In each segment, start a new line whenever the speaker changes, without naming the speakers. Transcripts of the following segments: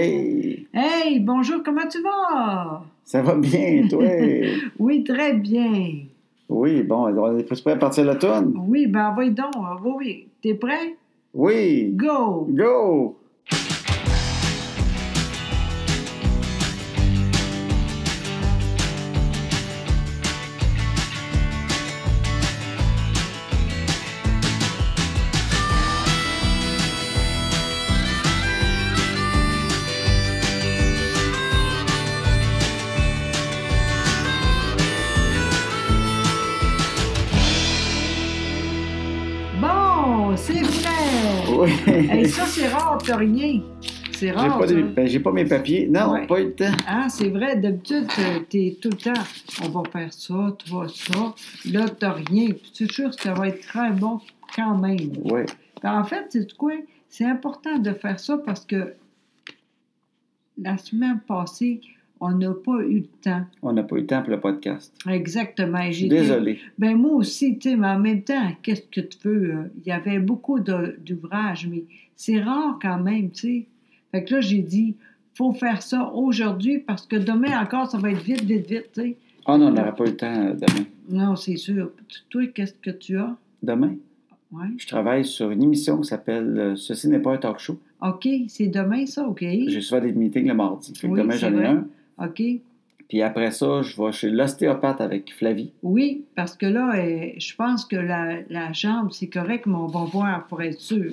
Hey!
Hey, bonjour, comment tu vas?
Ça va bien, toi?
Oui, très bien.
oui, bon, on est presque prêt à partir de l'automne?
Oui, ben voyons donc. euh, Oui, oui. T'es prêt?
Oui!
Go!
Go!
Bon, c'est vrai!
Oui!
Hey, ça, c'est rare, t'as rien. C'est
J'ai
rare,
pas,
ça.
des- ben, j'ai pas mes papiers. Non,
Ouais.
pas eu le temps.
Hein, c'est vrai, d'habitude, euh, t'es tout le temps, on va faire ça, toi, ça. Là, t'as rien. Puis tu es sûr que ça va être très bon quand même.
Oui.
Ben, En fait, c'est quoi? C'est important de faire ça parce que la semaine passée, on n'a pas eu le temps.
On n'a pas eu le temps pour le podcast.
Exactement. Et j'étais-
Désolé.
Ben moi aussi, tu sais, mais en même temps, qu'est-ce que tu veux? euh, Il y avait beaucoup de- d'ouvrages, mais c'est rare quand même, tu sais. Fait que là, j'ai dit, faut faire ça aujourd'hui parce que demain encore, ça va être vite, vite, vite, tu sais.
Ah non, on n'aura pas eu le temps euh, demain.
Non, c'est sûr. Tu- Toi, qu'est-ce que tu as?
Demain,
Ouais.
je travaille sur une émission qui s'appelle euh, Ceci n'est pas un talk show.
OK, c'est demain, ça, OK?
J'ai souvent des meetings le mardi. Fait que
Oui,
demain,
c'est
j'en ai
vrai.
un.
OK.
Puis après ça, je vais chez l'ostéopathe avec Flavie.
Oui, parce que là, euh, je pense que la, la jambe, c'est correct, mais on va voir pour être sûr.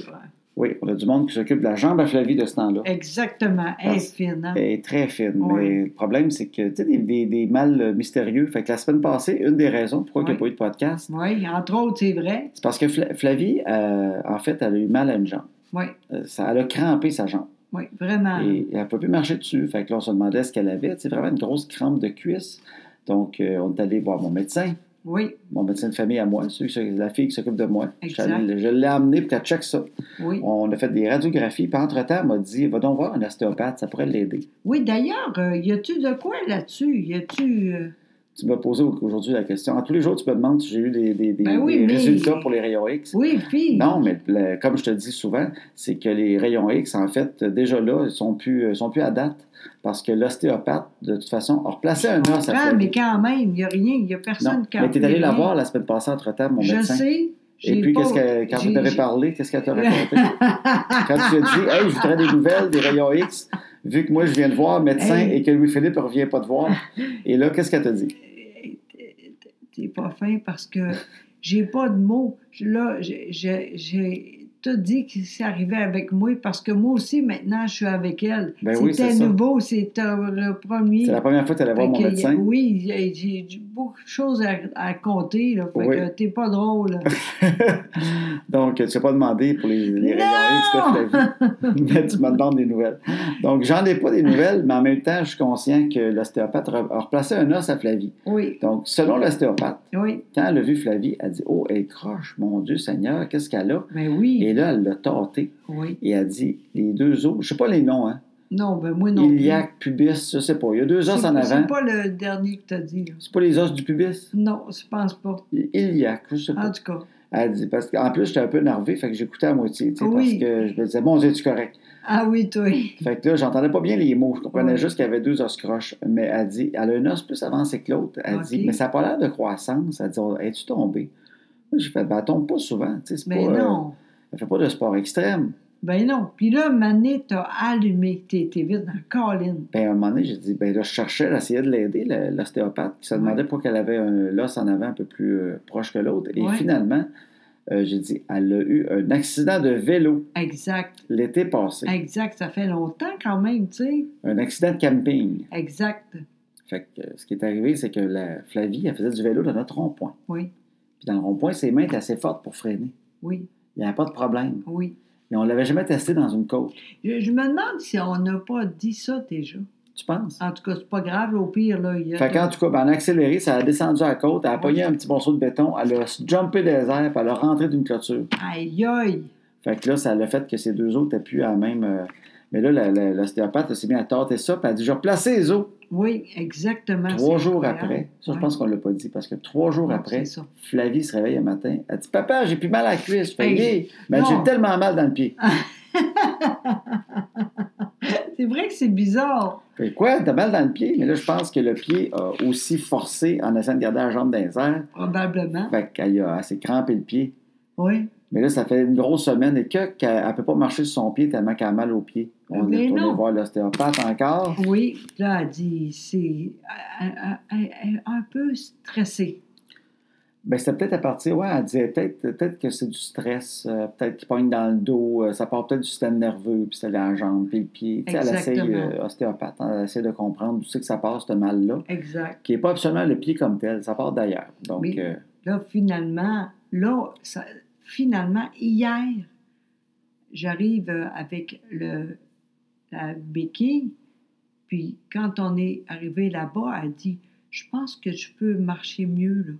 Oui, on a du monde qui s'occupe de la jambe à Flavie de ce temps-là.
Exactement. Elle
Parce-
est fine, hein?
Elle est très fine.
Ouais.
Mais le problème, c'est que, tu sais, des, des, des mal euh, mystérieux. Fait que la semaine passée, une des raisons pourquoi il n'y
Ouais.
a pas eu de podcast,
Oui, entre autres, c'est vrai.
c'est parce que Fla- Flavie, euh, en fait, elle a eu mal à une jambe.
Oui,
Euh, ça, elle a crampé sa jambe.
oui, vraiment.
Et elle ne pouvait plus marcher dessus. Fait que là, on se demandait ce qu'elle avait. C'est vraiment une grosse crampe de cuisse. Donc, euh, on est allé voir mon médecin.
Oui,
Mon médecin de famille à moi, celui, qui s- la fille qui s'occupe de moi. Je suis
Exact.
allé- je l'ai amenée pour qu'elle check ça.
oui.
On a fait des radiographies. Puis entre-temps, elle m'a dit, va donc voir un ostéopathe, ça pourrait l'aider.
Oui, d'ailleurs, euh, y a-tu de quoi là-desau? Y a-tu. euh,
Tu m'as posé aujourd'hui la question. À tous les jours, tu me demandes si j'ai eu des, des- des-
Ben oui,
des
mais-
résultats pour les rayons X.
Oui, puis.
Non, mais le- comme je te dis souvent, c'est que les rayons X, en fait, déjà là, ils sont plus, ils sont plus à date parce que l'ostéopathe, de toute façon, a replacé un os à
Ah,
fait-
mais quand même, y a rien, y a personne
Non,
qui a
mais tu allé
rien.
la voir la semaine passée entre-temps, mon
Je
médecin.
sais.
Et
j'ai
puis,
pas-
qu'est-ce que, quand
j'ai-
vous t'avez
j'ai-
parlé, qu'est-ce qu'elle t'a raconté? quand tu as dit, hey, je voudrais des nouvelles des rayons X, vu que moi, je viens de voir un médecin
Hey.
et que Louis-Philippe ne revient pas te voir. Et là, qu'est-ce qu'elle t'a dit?
T'es pas fin parce que j'ai pas de mots. Là, j'ai- j'ai j'ai tout dit que c'est arrivé avec moi parce que moi aussi, maintenant, je suis avec elle.
Ben oui, c'est
C'était
ça.
nouveau, c'était le premier.
C'est la première fois que tu allais voir
Fait
mon
Ben, que,
médecin.
Oui, j'ai- j'ai du- beaucoup de choses à, à compter. Là, fait
Oui.
que t'es pas drôle.
Donc, tu n'as pas demandé pour les, les
Non!
rayons X de ta vie, mais tu me demandes des nouvelles. Donc, j'en ai pas des nouvelles, mais en même temps, je suis conscient que l'ostéopathe re- a replacé un os à Flavie.
Oui,
Donc, selon l'ostéopathe,
oui,
quand elle a vu Flavie, elle dit Oh, elle est croche, mon Dieu Seigneur, qu'est-ce qu'elle a
ben oui,
Et là, elle l'a tâté
oui.
et elle dit Les deux os, je sais pas les noms, hein.
Non, ben moi non.
Iliac, pubis, je sais pas. Il y a deux
plus.
os
C'est-
en avant.
C'est pas le dernier que t'as dit. là.
C'est pas les os du pubis
Non, je pense pas.
Iliac, je sais pas.
En tout cas.
Elle dit, parce qu'en plus, j'étais un peu énervé, fait que j'écoutais à moitié, tu sais, parce
Oui.
que je me disais, bon, Dieu, tu correct.
Ah oui, toi.
Fait que là, j'entendais pas bien les mots. Je comprenais
Oui.
juste qu'il y avait deux os croches. Mais elle dit, elle a un os plus avancé que l'autre. Elle
Ok.
dit, mais ça n'a pas l'air de croissance. Elle dit, Oh, es-tu tombé? Moi, J'ai fait, ben, elle tombe pas souvent, tu sais, c'est
Ben
pas, euh,
non.
elle fait pas de sport extrême.
Ben non. Puis là, Mané, t'as allumé. T'es t'es vite dans la colline.
Ben, à un moment donné, j'ai dit, ben là, je cherchais, j'essayais de l'aider, le- l'ostéopathe, qui se demandait pourquoi elle avait un l'os en avant un peu plus euh, proche que l'autre. Et
Ouais.
finalement, euh, j'ai dit, elle a eu un accident de vélo
Exact.
l'été passé.
Exact. Ça fait longtemps quand même, tu sais.
un accident de camping.
Exact.
Fait que euh, ce qui est arrivé, c'est que la Flavie, elle faisait du vélo dans notre rond-point.
Oui,
Puis dans le rond-point, ses mains étaient assez fortes pour freiner.
oui,
Il n'y avait pas de problème.
oui.
Et on ne l'avait jamais testé dans une côte.
Je, je me demande si on n'a pas dit ça déjà.
Tu penses?
En tout cas, c'est pas grave. Au pire, là, il y a.
Fait qu'en tout cas, ben, en accéléré, ça a descendu à la côte, elle a
Oui.
pogné un petit morceau de béton, elle a jumpé des airs, puis elle a rentré d'une clôture.
Aïe, aïe.
Fait que là, ça a le fait que ces deux os n'étaient plus à la même. euh, Mais là, la- la- l'ostéopathe elle s'est mis à tâter ça, puis elle a dit Je vais replacer les os.
Oui, exactement.
trois
Ah, c'est
jours
incroyable.
après, ça, je
Ouais.
pense qu'on ne l'a pas dit, parce que trois jours
Non,
après,
c'est ça.
Flavie se réveille un matin. Elle dit Papa, j'ai plus mal à la cuisse. Je fais
Hey,
Yeah! Mais
non.
j'ai tellement mal dans le pied.
C'est C'est vrai que c'est bizarre.
Fait quoi, t'as mal dans le pied? Mais là, je pense que le pied a aussi forcé en essayant de garder la jambe dans les airs.
Probablement.
Fait qu'elle a- elle s'est crampée le pied.
Oui.
Mais là, ça fait une grosse semaine et que qu'elle ne peut pas marcher sur son pied tellement qu'elle a mal au pied. On
Mais
est retourné
non.
voir l'ostéopathe encore.
Oui. Là, elle dit, c'est euh, elle- elle- elle- elle est un peu stressée.
Ben, c'était peut-être à partir, ouais, elle disait peut-être peut-être que c'est du stress, euh, peut-être qu'il pogne dans le dos, euh, ça part peut-être du système nerveux, puis c'est la jambe, puis le pied. Tu sais, elle essaye,
Exactement.
euh, ostéopathe, hein, elle essaie de comprendre d'où c'est que ça part, ce mal-là,
Exact.
qui n'est pas absolument le pied comme tel, ça part d'ailleurs. Donc,
Oui.
euh,
Là, finalement, là, ça- finalement, hier, j'arrive euh, avec le, la béquille. Puis quand on est arrivé là-bas, elle dit, je pense que je peux marcher mieux, là.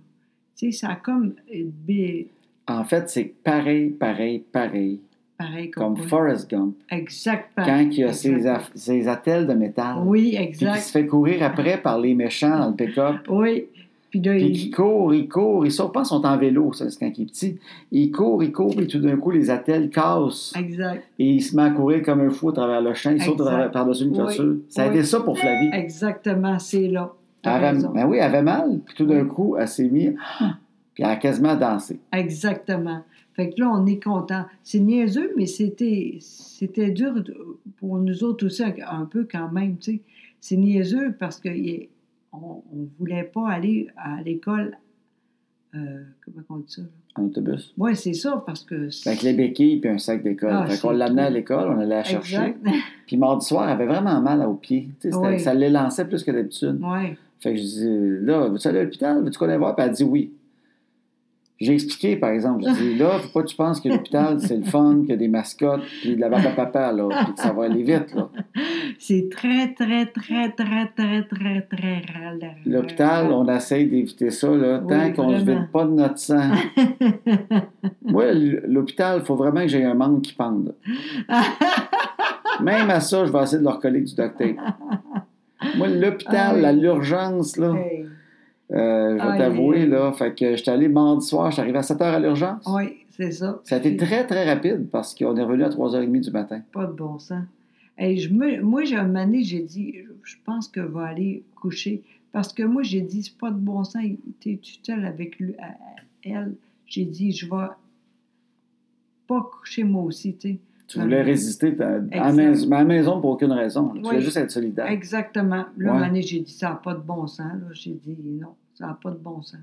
Tu sais, ça a comme... euh, bé-
en fait, c'est pareil, pareil, pareil,
Pareil comme,
comme
quoi.
Forrest Gump,
Exact.
quand il a
exact.
ses, aff- ses attelles de métal.
Oui,
Puis qui se
exact.
fait courir après par les méchants dans le pick-up.
Oui. Puis là,
Puis
il-
qui court, il court, il sort pas sont en vélo, ça, c'est quand il est petit. Il court, il court, puis tout d'un coup, les attelles cassent.
Exact.
Et il se met à courir comme un fou à travers le champ, il saute
Exact.
à travers- par-dessus une
Oui,
clôture. Ça a
oui.
été ça pour Flavie.
Exactement, c'est là.
Elle
T'as
avait,
raison.
ben oui, elle avait mal, puis tout d'un
Oui.
coup, elle s'est mise, ah, puis elle a quasiment dansé.
Exactement. Fait que là, on est content. C'est niaiseux, mais c'était, c'était dur de- pour nous autres aussi, un- un peu quand même, tu sais. C'est niaiseux parce que y- on ne voulait pas aller à l'école. euh, comment on dit ça?
En autobus.
Oui, c'est ça, parce que. c'est-
Avec les béquilles, puis un sac d'école.
Ah,
fait qu'on
c'est
l'amenait
trop.
à l'école, on allait la chercher.
Exact.
Puis mardi soir, elle avait vraiment mal aux pieds. Tu sais, c'était-
Oui.
Ça l'élançait plus que d'habitude.
oui,
Fait que je dis, là, veux-tu aller à l'hôpital? Veux-tu qu'on aille voir? Puis elle dit oui. J'ai expliqué, par exemple, je dis, là, faut pas que tu penses que l'hôpital, c'est le fun, qu'il y a des mascottes, puis de la barbe à papa, là, puis que ça va aller vite, là.
c'est très, très, très, très, très, très, très rare.
L'hôpital, on essaye d'éviter ça, là,
Oui,
tant qu'on ne
vraiment.
vide pas de notre sang. Moi, l- l'hôpital, faut vraiment que j'ai un manque qui pende. Même à ça, je vais essayer de leur coller du duct tape. Moi, l'hôpital,
Ah oui. Ah,
la- l'urgence, là, euh, je vais
Aïe.
t'avouer, là, fait que j'étais allé mardi soir, j'étais arrivé à 7h à l'urgence.
Oui, c'est ça.
Ça a été
Puis-
très, très rapide parce qu'on est revenu à 3h30 du matin.
pas de bon sens. Et je me, moi, j'ai un moment donné, j'ai dit, je pense que je vais aller coucher. Parce que moi, j'ai dit, c'est pas de bon sens, il était tutelle avec lui, à- à- elle. J'ai dit, je vais pas coucher moi aussi, tu sais.
Tu voulais
Ah.
résister ta- à la
Exact.
maison, mais à la maison pour aucune raison. Tu
Oui.
voulais juste être solidaire.
Exactement. Là, un
Ouais.
moment donné, j'ai dit, ça n'a pas de bon sens. là. J'ai dit, non, ça n'a pas de bon sens.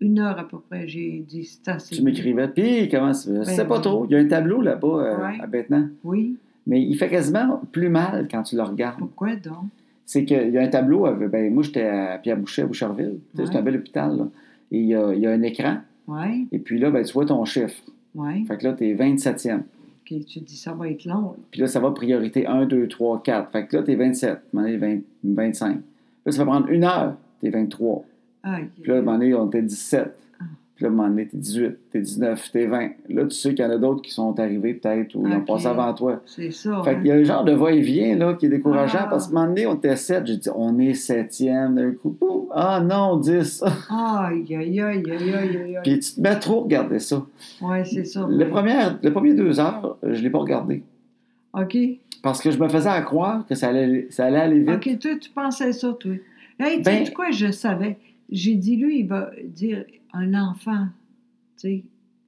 Une heure à peu près, j'ai dit, c'est assez.
Tu m'écrivais, puis comment ça Je sais pas
Ben oui.
trop. Il y a un tableau là-bas euh,
Ouais.
à Bétnan.
Oui,
Mais il fait quasiment plus mal quand tu le regardes.
pourquoi donc?
C'est qu'il y a un tableau, avec- ben, moi j'étais à Pierre Boucher, à Boucherville. Tu sais,
Ouais.
C'est un bel hôpital. là. Et il y, a, il y a un écran.
Oui,
Et puis là, ben, tu vois ton chiffre.
oui.
Fait que là, t'es 27e.
Ok, tu dis, ça va être long. là.
Puis là, ça va priorité 1, 2, 3, 4. Fait que là, t'es 27. À un moment donné, 20 25. Là, ça va prendre une heure. T'es 23.
Aïe.
Puis là, à un moment donné, on était 17. Puis là, à un moment donné, t'es 18, t'es 19, t'es 20. Là, tu sais qu'il y en a d'autres qui sont arrivés peut-être ou ils ont
Ok.
passé avant toi.
c'est ça.
Fait
hein.
qu'il y a un genre de va-et-vient là, qui est décourageant
Ah.
parce que à un moment donné, on était 7. J'ai dit, on est 7e. D'un coup, boum, ah non, 10.
Aïe, aïe, aïe, aïe, aïe, aïe.
Puis tu te mets à trop regarder ça.
Oui, c'est ça.
Le premier, le premier deux heures, euh, je l'ai pas regardé.
OK.
Parce que je me faisais à croire que ça allait, ça allait aller vite.
OK, toi, tu pensais ça, toi. Hey, tu
Ben-
sais quoi, je savais. J'ai dit, lui, il va dire un enfant, tu sais.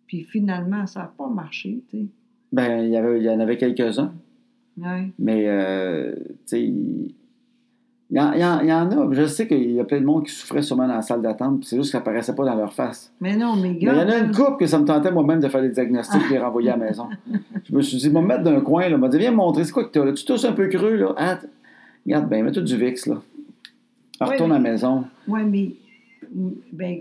Puis finalement, ça n'a pas marché, tu sais.
Ben, il y, avait, il y en avait quelques-uns.
Ouais.
Mais, euh, tu sais, il il y, en- il y en il y en a. Je sais qu'il y a plein de monde qui souffrait sûrement dans la salle d'attente, puis c'est juste que ça paraissait pas dans leur face.
Mais non,
Mais
mais
il y
gars.
en a une couple que ça me tentait moi-même de faire des diagnostics et les renvoyer à la maison. Je me suis dit, me mettre d'un coin, là, m'a dit, viens me montrer, c'est quoi que t'as là? Tu tousses un peu creux, là? Ah, t- regarde, ben, mets-toi du VIX, là. Alors,
Oui,
retourne
oui.
à la maison.
Oui, mais. Ben,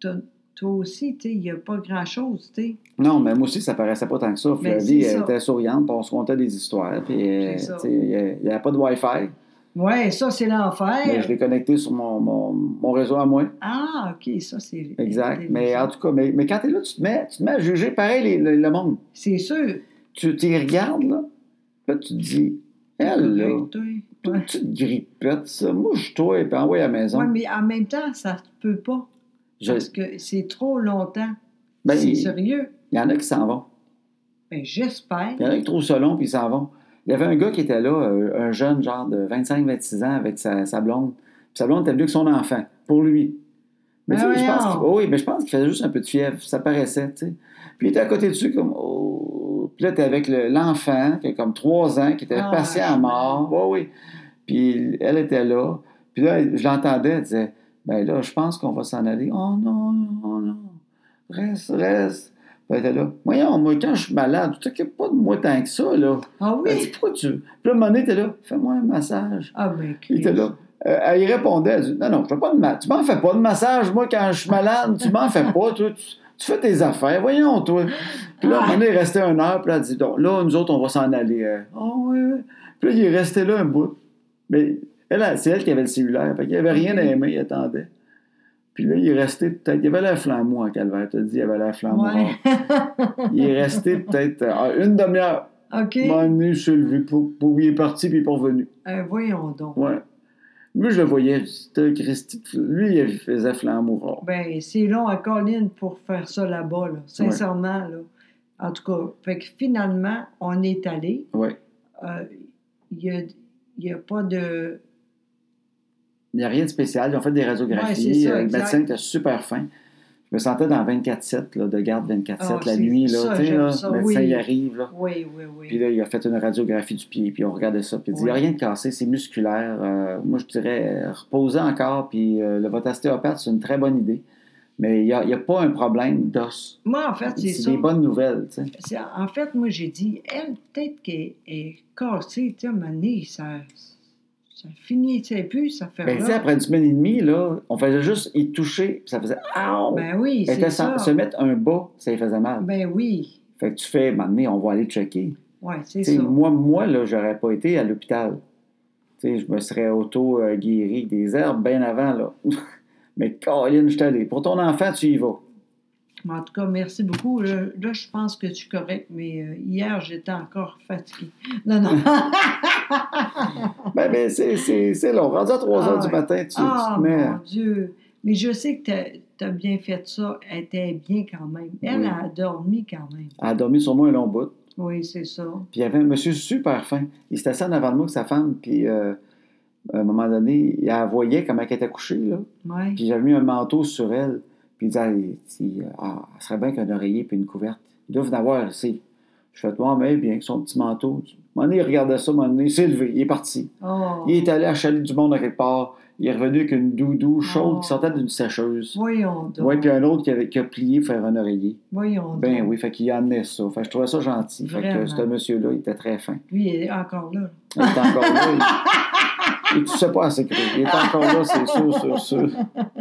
toi toi aussi, tu sais, il n'y a pas grand-chose, tu sais.
Non, mais moi aussi, ça paraissait pas tant que ça.
Mais
Flavie,
c'est
elle
ça.
était souriante, puis on se contait des histoires, puis, euh,
C'est ça.
tu sais, il n'y avait pas de Wi-Fi.
Ouais, ça, c'est
Mais
l'enfer.
je l'ai connecté sur mon, mon, mon réseau à moi.
Ah, OK, ça, c'est.
Exact. Mais en tout cas, mais, mais quand t'es là, tu te mets, tu te mets à juger pareil les- le, le monde.
C'est sûr.
Tu t'y regardes, là. Là, tu te dis, elle, là,
Correct, toi.
une petite grippette, ça. Moi, je toi, et puis envoie à la maison.
Oui, mais en même temps, ça ne peut pas.
Je-
Parce que c'est trop longtemps.
ben,
c'est
il,
sérieux.
il y en a qui s'en vont.
Ben, j'espère.
Il y en a qui trouvent ça long, puis ils s'en vont. Il y avait un gars qui était là, euh, un jeune, genre de 25-26 ans, avec sa, sa blonde. Puis sa blonde était venue avec son enfant, pour lui. Mais
Ben
tu sais, je pense
voyons.
qu'il oh oui, mais je pense qu'il faisait juste un peu de fièvre, ça paraissait, tu sais. Puis il était à côté dessus comme oh. Puis là, t'es avec le- l'enfant qui a comme trois ans, qui était
Ah,
patient à
je-
mort. Oui, oui. Puis elle était là. Puis là, je l'entendais, elle disait Ben là, je pense qu'on va s'en aller. Oh non, oh non. Reste, reste. Puis elle était là. Voyons, moi, quand je suis malade, tu t'occupes pas de moi tant que ça, là.
Ah
Elle dit,
oui?
pourquoi tu. Puis là, un moment donné, t'es là, fais-moi un massage.
Ah, ben,
Il était là. Euh, elle y répondait, elle dit, non, non, je fais pas de ma- tu m'en fais pas de massage, moi, quand je suis malade, tu m'en fais pas, toi, tu, tu fais tes affaires, voyons, toi. Puis là, à un moment donné, il restait une heure, puis là, elle dit, donc, là, nous autres, on va s'en aller. euh. Oh, oui, oui. Puis là, il est resté là un bout. Mais elle, elle- c'est elle qui avait le cellulaire, fait qu'il avait rien à aimer, il attendait. Puis là, il est resté peut-être, il avait l'air flambeau en calvaire, t'as dit, il avait l'air flambeau.
Ouais.
Il est resté peut-être euh, une demi-heure,
OK.
un moment donné, sur le vu, pour, pour, il est parti, puis il est pas revenu.
Euh, voyons donc.
Ouais. Moi, je le voyais, c'était Christy. Lui, il faisait flambeau rare.
Ben, c'est long à Colline pour faire ça là-bas, là. Sincèrement, là. En tout cas, fait que finalement, on est allé.
Ouais.
Euh, Il n'y a, pas de.
Il n'y a rien de spécial. Ils ont fait des
Ouais,
radiographies.
c'est ça,
euh, le
exact.
médecin était super fin. Je me sentais dans 24-7, là, de garde 24-7
Ah,
la
c'est
nuit.
ça,
Là, tu sais,
j'aime
là,
ça,
le médecin
oui.
il arrive. Là.
Oui, oui, oui.
Puis là, il a fait une radiographie du pied, puis on regardait ça, puis il dit, il n'y a
Oui.
rien de cassé, c'est musculaire. Euh, moi, je dirais, euh, reposez encore, puis euh, le, votre ostéopathe, c'est une très bonne idée. Mais il n'y a, il y a pas un problème d'os.
Moi, en fait, c'est
C'est
ça.
des bonnes nouvelles, tu sais.
C'est- En fait, moi, j'ai dit, elle, peut-être qu'elle est cassée, tu sais, à un moment donné, ça, ça finit, tu sais plus, ça fait
Ben, tu sais,
mal.
après une semaine et demie, là, on faisait juste y toucher, puis ça faisait « Aouh!
Ben oui,
Était
c'est
sans-
ça.
Se mettre un bas, ça lui faisait mal.
Ben oui,
Fait que tu fais, maintenant, on va aller checker.
ouais, c'est
T'sais,
ça.
moi, moi, là, j'aurais pas été à l'hôpital. T'sais, je me serais auto-guéri des herbes bien avant, là. Mais Caroline, je t'allais. Pour ton enfant, tu y vas.
Mais En tout cas, merci beaucoup. Là, là, je pense que tu suis correct, mais euh, hier, j'étais encore fatiguée. Non, non.
Ah, Ben, ben, c'est- c'est c'est long. Rendu à 3
Ah,
heures du
ouais.
matin, tu, tu
Ah,
te mets.
mon Dieu. Mais je sais que tu as, bien fait ça. Elle était bien quand même. Elle
Oui.
a dormi quand même.
Elle a dormi sur moi un long bout.
Oui, c'est ça.
Puis il y avait un monsieur super fin. Il s'était assis en avant de moi avec sa femme, puis euh, à un moment donné, il la voyait comment elle était couchée, là.
Ouais.
Puis j'avais mis un manteau sur elle. Puis il disait, il dit, ah, ça serait bien qu'un oreiller puis une couverte. Il doit en avoir ici. Je fais, toi, mais bien, son petit manteau. Mon donné, il regardait ça, mon donné, il s'est levé, il est parti.
Oh.
Il est allé à chalet du monde à quelque part. Il est revenu avec une doudou chaude
Oh.
qui sortait d'une sécheuse.
Voyons donc.
Oui, puis un autre qui, avait, qui a plié pour faire un oreiller.
Voyons
Ben
donc.
oui, fait qu'il amenait ça. Fait que je trouvais ça gentil. Fait que
Vraiment.
ce monsieur-là, il était très fin.
Lui, il est encore là.
Il est encore là. Il... il touchait pas à ses cris. Il est encore là, c'est sûr, sûr, sûr. À un moment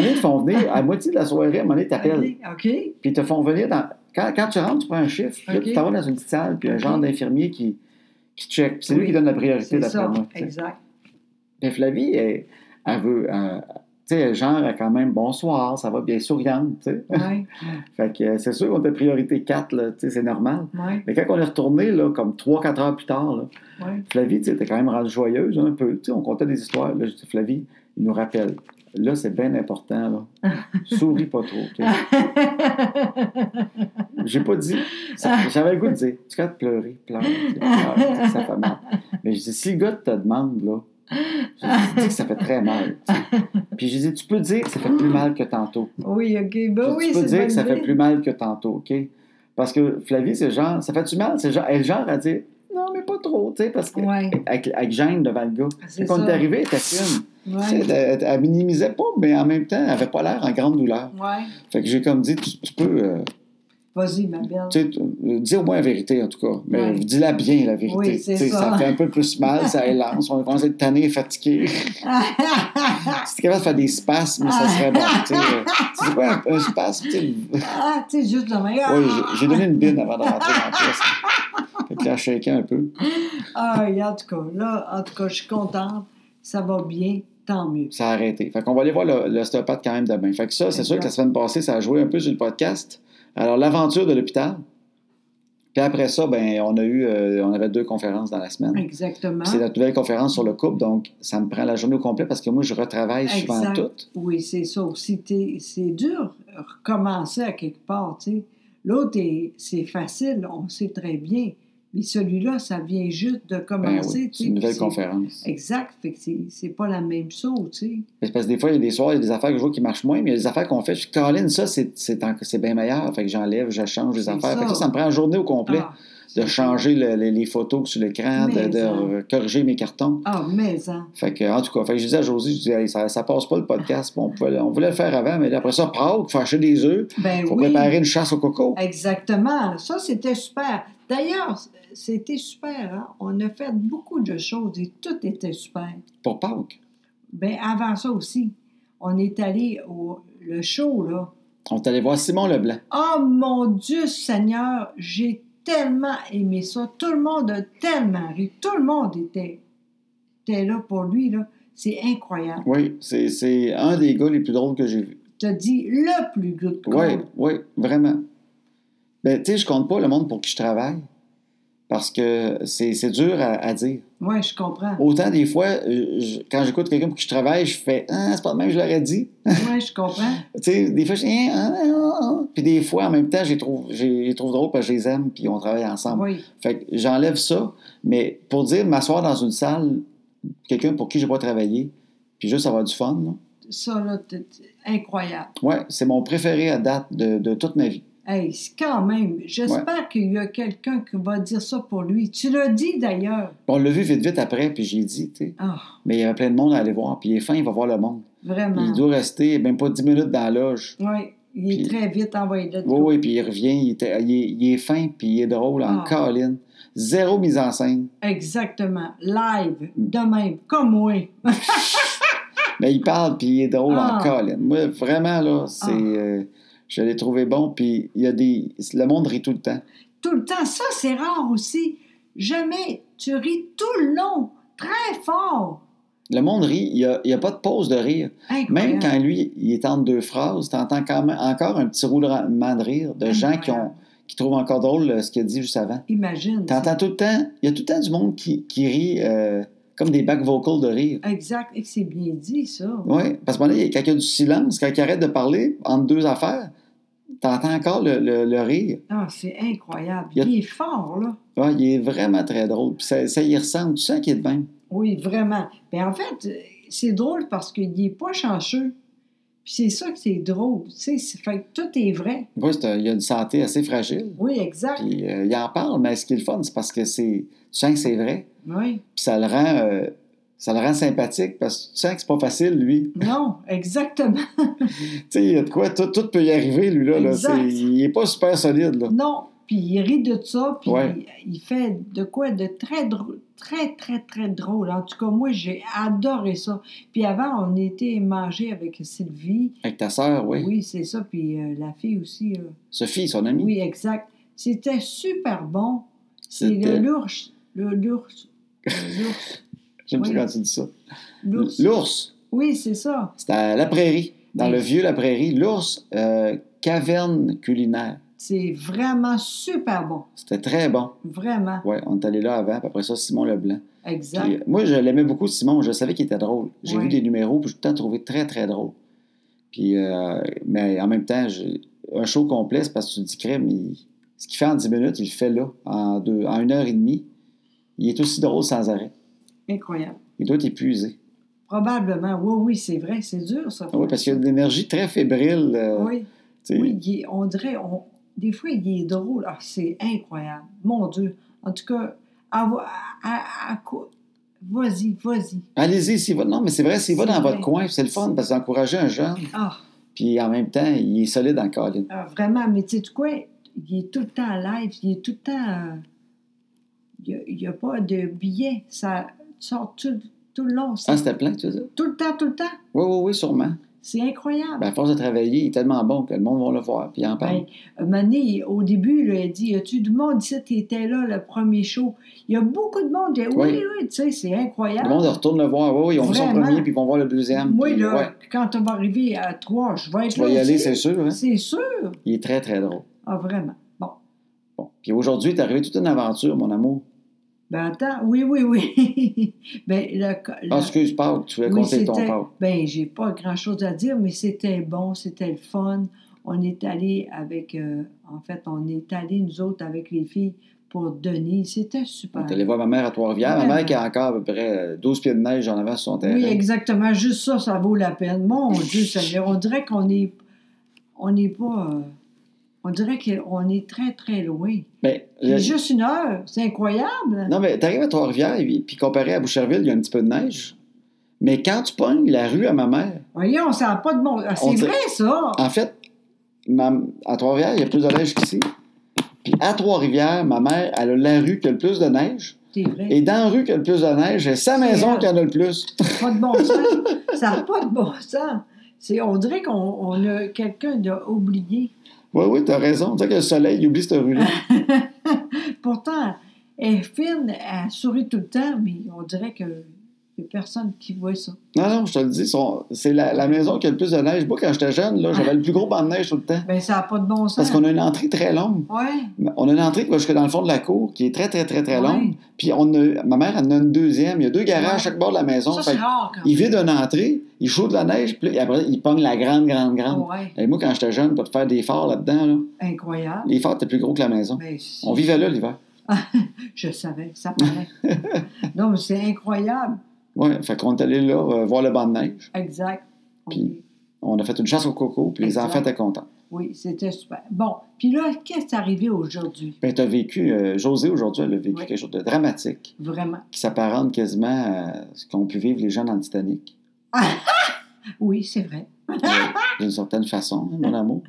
donné, ils te font venir, à la moitié de la soirée, à un moment donné, t'appelles.
OK.
Puis ils te font venir dans. Quand, quand tu rentres, tu prends un chiffre, puis là,
Ok.
tu t'en vas dans une petite salle, puis un genre
Ok.
d'infirmier qui, qui check. Puis c'est lui
Oui,
qui donne la priorité
C'est
d'après
ça.
moi. tu sais.
Exact.
Mais Flavie, elle, elle veut. euh, tu sais, genre, elle, quand même, bonsoir, ça va bien souriante, tu sais.
Oui,
Fait que euh, c'est sûr qu'on était priorité 4, là, tu sais, c'est normal.
oui,
Mais quand on est retourné, là, comme 3-4 heures plus tard, là,
oui.
Flavie, tu sais, était quand même rendue joyeuse un peu. Tu sais, on comptait des histoires. Là, je dis, Flavie, il nous rappelle. Là, c'est bien important. Là. Souris pas trop. tu sais. J'ai pas dit. ça- J'avais le goût de dire, tu quand de pleurer, pleure, tu sais, pleure, tu sais, ça fait mal. Mais je dis, si le gars te demande, là, je dis que ça fait très mal. tu sais. Puis j'ai dit, tu peux dire que ça fait plus mal que tantôt.
Oui, OK.
Je
Ben
dis,
oui,
tu peux
c'est
dire
une
que ça
bonne
fait
idée.
plus mal que tantôt, OK? Parce que Flavie, c'est genre, ça fait-tu mal? C'est genre, elle est genre à dire, non, mais pas trop, tu sais, parce que
Ouais,
avec, avec Jeanne devant le gars.
c'est
quand on est
ça.
arrivé, elle était fine. Tu sais,
Ouais.
Elle, elle- elle minimisait pas, mais en même temps, elle avait pas l'air en grande douleur.
Ouais.
Fait que j'ai comme dit, tu, tu peux euh,
Vas-y, ma belle.
tu sais, tu- euh, dis au moins la vérité, en tout cas. Mais
Ouais.
dis-la bien, la vérité.
Oui, c'est
Tu sais,
ça.
fait un peu plus mal, ça élance. On commence à être tanné, fatigué.
ah,
si t'es capable de faire des spasmes, ça serait bon. Tu sais, euh, tu sais quoi, un, un spasme? tu sais,
Ah, tu sais, juste la meilleure.
Ouais, j'ai- j'ai donné une bine avant de rentrer dans la pièce. Fait que là, je shakeais un peu.
Ah, et en tout cas, là, en tout cas, je suis contente. Ça va bien, tant mieux.
ça a arrêté. Fait qu'on va aller voir le- l'ostéopathe quand même demain. Fait que ça, c'est
Exact.
sûr que la semaine passée, ça a joué un peu sur le podcast. Alors, l'aventure de l'hôpital. Puis après ça, ben, on a eu, euh, on avait deux conférences dans la semaine. Puis
Exactement.
C'est notre nouvelle conférence sur le couple, donc ça me prend la journée au complet parce que moi, je retravaille souvent
Exact.
tout.
Oui, c'est ça aussi. T'es- C'est dur de recommencer à quelque part, tu sais. L'autre, est- c'est facile, on sait très bien. Mais celui-là, ça vient juste de
Ben
commencer.
oui,
tu
c'est
sais,
une
puis
nouvelle
c'est-
conférence.
Exact, fait que c'est- c'est pas la même chose, tu sais.
C'est Parce que des fois, il y a des soirs, il y a des affaires que je vois qui marchent moins, mais il y a des affaires qu'on fait. Je dis, Caroline, ça, c'est c'est en- c'est bien meilleur. Fait que j'enlève, je change les
C'est
affaires. Fait que
ça.
ça, ça me prend une journée au complet
Ah,
de changer le- le- les photos sur l'écran, de,
Mais
de
ça.
corriger mes cartons.
Ah, mais hein.
Fait que, en tout cas, fait que je disais à Josie, je disais, Hey, ça, ça passe pas le podcast. Puis On, pouvait le- on voulait le faire avant, mais là, après ça, Prague, faut acheter des œufs,
Ben
faut
oui.
préparer une chasse au coco.
Exactement. Ça, c'était super. D'ailleurs, c'était super. hein. On a fait beaucoup de choses et tout était super.
Pour Pâques,
Ben avant ça aussi, on est allé au le show, là.
on est allé voir Simon Leblanc.
Oh mon Dieu Seigneur, j'ai tellement aimé ça. Tout le monde a tellement ri. Tout le monde était, était là pour lui, là. C'est incroyable.
Oui, c'est- c'est un des gars les plus drôles que j'ai vu.
Tu as dit le plus good
Oui,
call.
oui, vraiment. Ben, tu sais, je compte pas le monde pour qui je travaille parce que c'est c'est dur à, à dire.
Ouais, je comprends.
Autant des fois, euh, je- quand j'écoute quelqu'un pour qui je travaille, je fais Ah, c'est pas de même, que je l'aurais dit.
Ouais, je comprends.
Tu sais, des fois, je dis Hein, hein, hein, hein. Puis des fois, en même temps, je les trouve, je les trouve drôles parce que je les aime puis on travaille ensemble.
Oui.
Fait que j'enlève ça, mais pour dire m'asseoir dans une salle, quelqu'un pour qui j'ai pas travaillé, puis juste avoir du fun, là.
Ça, là, t'es- t'es incroyable.
ouais, c'est mon préféré à date de, de toute ma vie.
Hey, c'est quand même, j'espère qu'il y a quelqu'un qui va dire ça pour lui. Tu l'as dit d'ailleurs.
Puis on l'a vu vite, vite après, puis j'ai dit, tu sais.
Ah,
Mais il y avait plein de monde à aller voir. Puis il est fin, il va voir le monde.
vraiment.
Il doit rester même pas 10 minutes dans la loge.
Oui, il est
Puis-
très vite envoyé là.
Oui, oui, puis il revient. Il, était- il est, il est fin, puis il est drôle en
Ah.
colline. Zéro mise en scène.
Exactement. Live, de même, comme moi.
Mais il parle, puis il est drôle
Ah.
en colline. Moi, vraiment, là, c'est...
Ah.
euh, je l'ai trouvé bon, puis il y a des... Le monde rit tout le temps.
Tout le temps. Ça, c'est rare aussi. Jamais. Tu ris tout le long, très fort.
Le monde rit. Il n'y a, il y a pas de pause de rire.
Incroyable.
Même quand lui, il est entre deux phrases, t'entends quand même encore un petit roulement de rire de gens qui, ont,
Incroyable.
qui trouvent encore drôle euh, ce qu'il a dit juste avant.
Imagine.
T'entends tout le temps, il y a tout le temps du monde qui, qui rit euh, comme des back vocals de rire.
Exact. Et que c'est bien dit, ça.
Oui, parce que quand il y a du silence, quand il arrête de parler entre deux affaires, t'entends encore le, le- le rire.
Ah, c'est incroyable.
Il y a-
Il est fort, là.
Ouais, il est vraiment très drôle. Puis ça, ça y ressemble, tu sens qu'il est de même.
Oui, vraiment. Mais en fait, euh, c'est drôle parce qu'il n'est pas chanceux. Puis c'est ça que c'est drôle. Tu sais, c'est- fait que tout est vrai.
Ouais, c'est un- il a une santé assez fragile.
Oui, exact.
Puis euh, il en parle, mais ce qui est le fun, c'est parce que c'est, tu sens que c'est vrai.
Oui.
Puis ça le rend, euh, ça le rend sympathique parce que tu sens que c'est pas facile, lui.
Non, exactement.
Tu sais, il y a de quoi, tout, tout peut y arriver, lui, là. là.
Exact.
C'est- il est pas super solide, là.
Non. Puis il rit de ça, puis
Ouais.
il, il fait de quoi de très drôle, très, très, très drôle. En tout cas, moi, j'ai adoré ça. Puis avant, on était manger avec Sylvie.
Avec ta sœur, oui.
Oui, c'est ça. Puis euh, la fille aussi. là.
Sophie, son amie.
Oui, exact. C'était super bon. C'est
C'était-
le l'ours. Le l'ours. Le l'ours.
J'aime ça
Oui.
quand tu dis ça.
L'ours.
L'ours,
Oui, c'est ça.
c'était à la prairie, dans
Oui.
le vieux la prairie. L'ours, euh, caverne culinaire.
C'est vraiment super bon.
C'était très bon.
Vraiment.
Ouais, on est allé là avant, puis après ça, Simon Leblanc.
Exact.
Puis, euh, moi, je l'aimais beaucoup, Simon. Je savais qu'il était drôle. J'ai
Ouais.
vu des numéros, puis je l'ai tout le temps trouvé très, très drôle. Puis, euh, mais en même temps, j'ai- un show complet, c'est parce que tu te dis, crème, il- ce qu'il fait en 10 minutes, il le fait là, en, deux, en une heure et demie. Il est aussi drôle sans arrêt.
Incroyable.
Il doit être épuisé.
Probablement. Oui, oui, c'est vrai. C'est dur, ça.
Ah oui, parce qu'il a de l'énergie très fébrile. euh,
Oui,
tu sais.
oui, il est- on dirait. on- Des fois, il est drôle. Ah, c'est incroyable. Mon Dieu. En tout cas, à, vo- à- à quoi? Vas-y, vas-y.
Allez-y, s'il va. Non, mais c'est vrai, s'il va
C'est
dans
vrai.
votre coin, c'est le fun, parce que d'encourager un jeune,
Ah,
puis en même temps, il est solide en colline.
ah, vraiment. Mais tu sais de quoi? Il est tout le temps live. Il est tout le temps. euh, Il n'y a, pas de billet. Ça sort tout, tout le long.
Ah,
ça-
c'était plein, tu veux dire?
Tout le temps, tout le temps.
Oui, oui, oui, sûrement.
C'est incroyable.
Ben, à force de travailler, il est tellement bon que le monde va le voir, puis il en parle.
Ben, euh, Mané, au début, là, elle dit As-tu du monde ici qui était là, le premier show Il y a beaucoup de monde. Elle dit, Oui,
Oui.
oui, tu sais, c'est incroyable.
le monde retourne le voir. Oui, oui, ils ont vu son
Vraiment.
premier, puis ils vont voir le deuxième.
Moi,
puis,
là,
ouais,
quand on va arriver à trois, je vais être
tu
là.
vas y aller,
aussi.
c'est sûr. hein?
C'est sûr.
Il est très, très drôle.
Ah, vraiment. Bon.
Bon. Puis aujourd'hui, t'es arrivé toute une aventure, mon amour.
Ben, attends, oui, oui, oui. ben, le, le-
Ah, excuse, Paul, tu voulais
Oui,
compter ton
c'était-
Paul.
ben, j'ai pas grand-chose à dire, mais c'était bon, c'était le fun. On est allé avec, euh, en fait, on est allé, nous autres, avec les filles, pour Denis. C'était super.
On est allé voir ma mère à Trois-Rivières. Ma
Ouais.
mère qui a encore à peu près 12 pieds de neige en avant sur son terrain.
Oui, exactement. Juste ça, ça vaut la peine. Mon Dieu Seigneur, on dirait qu'on est... On n'est pas... euh, on dirait qu'on est très, très loin.
Mais,
C'est
le-
juste une heure. C'est incroyable.
Non, mais t'arrives à Trois-Rivières, et puis comparé à Boucherville, il y a un petit peu de neige. Mais quand tu pognes la rue à ma mère,
Voyez, on sent pas de bon... Ah,
On
C'est
dirait-
vrai, ça!
en fait, ma- à Trois-Rivières, il y a plus de neige qu'ici. Puis à Trois-Rivières, ma mère, elle a la rue qui a le plus de neige.
C'est vrai.
Et dans la rue qui a le plus de neige, c'est sa maison
elle.
qui en a le plus.
pas de bon sens. Ça n'a pas de bon sens. C'est, on dirait qu'on on a quelqu'un d'a oublié.
Oui, oui, t'as raison. Tu sais que le soleil, il oublie cette rue-là.
Pourtant, elle est fine, elle sourit tout le temps, mais on dirait que y a personne qui voit ça.
Non, non, je te le dis, son- c'est la, la maison qui a le plus de neige. Moi, quand j'étais jeune, là, j'avais le plus gros banc de neige tout le temps.
Ben, ça n'a pas de bon sens.
Parce qu'on a une entrée très longue.
Ouais.
On a une entrée qui va jusque dans le fond de la cour, qui est très, très, très, très
Ouais.
longue. Puis on a- ma mère, elle en a une deuxième. Il y a deux garages à
Ouais.
chaque bord de la maison.
Ça,
Fait
c'est
que
rare quand
il vide une entrée, il chaud de la neige, puis là, après, il pogne la grande, grande, grande.
Ouais.
Et moi, quand j'étais jeune, pour te faire des phares là-dedans, là,
Incroyable.
les phares étaient plus gros que la maison.
Mais
On vivait là l'hiver.
je savais, ça paraît. non, mais c'est incroyable.
Ouais, fait qu'on est allé là euh, voir le banc de neige.
Exact.
Puis- On a fait une chasse au coco, puis les
Exact.
enfants étaient contents.
Oui, c'était super. Bon, puis là, qu'est-ce qui est arrivé aujourd'hui?
Ben, t'as vécu, euh, Josée aujourd'hui, elle a vécu
Oui.
quelque chose de dramatique
Vraiment.
qui s'apparente quasiment à ce qu'ont pu vivre les gens dans le Titanic.
Oui, c'est vrai.
Euh, D'une certaine façon, hein, mon amour.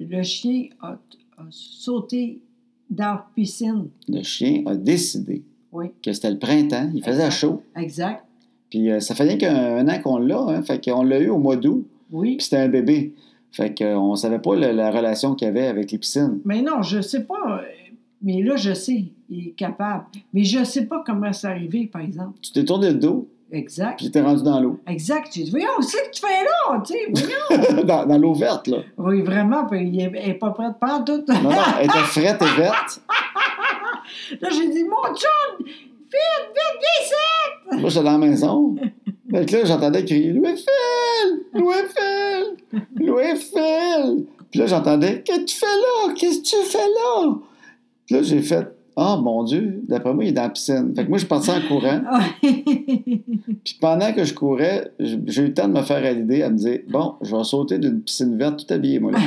Le chien a, a sauté dans la piscine.
Le chien a décidé
Oui,
que c'était le printemps, il faisait
Exact.
chaud.
exact.
Puis euh, ça fait rien qu'un an qu'on l'a, hein, fait qu'on l'a eu au mois d'août,
Oui.
puis c'était un bébé. Fait qu'on savait pas le- la relation qu'il y avait avec les piscines.
Mais non, je sais pas. euh, Mais là, je sais, il est capable. Mais je sais pas comment c'est arrivé, par exemple.
Tu t'es tourné le dos,
Exact.
puis t'es rendu dans l'eau.
Exact. Tu dis, voyons, c'est que tu fais là, tu sais. voyons.
dans dans l'eau verte, là.
Oui, vraiment, puis il est, il est pas prêt de prendre tout.
Non, non, elle était frette et verte.
Là, j'ai dit, mon chum,
Moi, j'étais dans la maison. Fait que là, j'entendais crier Louis-Phil! Louis-Phil! Louis-Phil! Puis là, j'entendais Qu'est-ce que tu fais là? Qu'est-ce que tu fais là? Puis là, j'ai fait Ah, mon Dieu, d'après moi, il est dans la piscine. Fait que moi, je suis parti en courant. Puis pendant que je courais, j- j'ai eu le temps de me faire à l'idée, à me dire Bon, je vais sauter d'une piscine verte tout habillé, moi. là.